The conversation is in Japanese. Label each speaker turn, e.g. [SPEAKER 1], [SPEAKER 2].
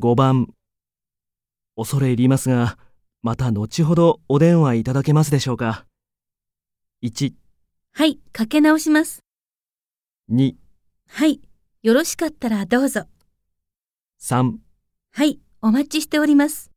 [SPEAKER 1] 5番恐れ入りますがまた後ほどお電話いただけますでしょうか1
[SPEAKER 2] はい、かけ直します。
[SPEAKER 1] 2
[SPEAKER 2] はい、よろしかったらどうぞ。
[SPEAKER 1] 3
[SPEAKER 2] はい、お待ちしております。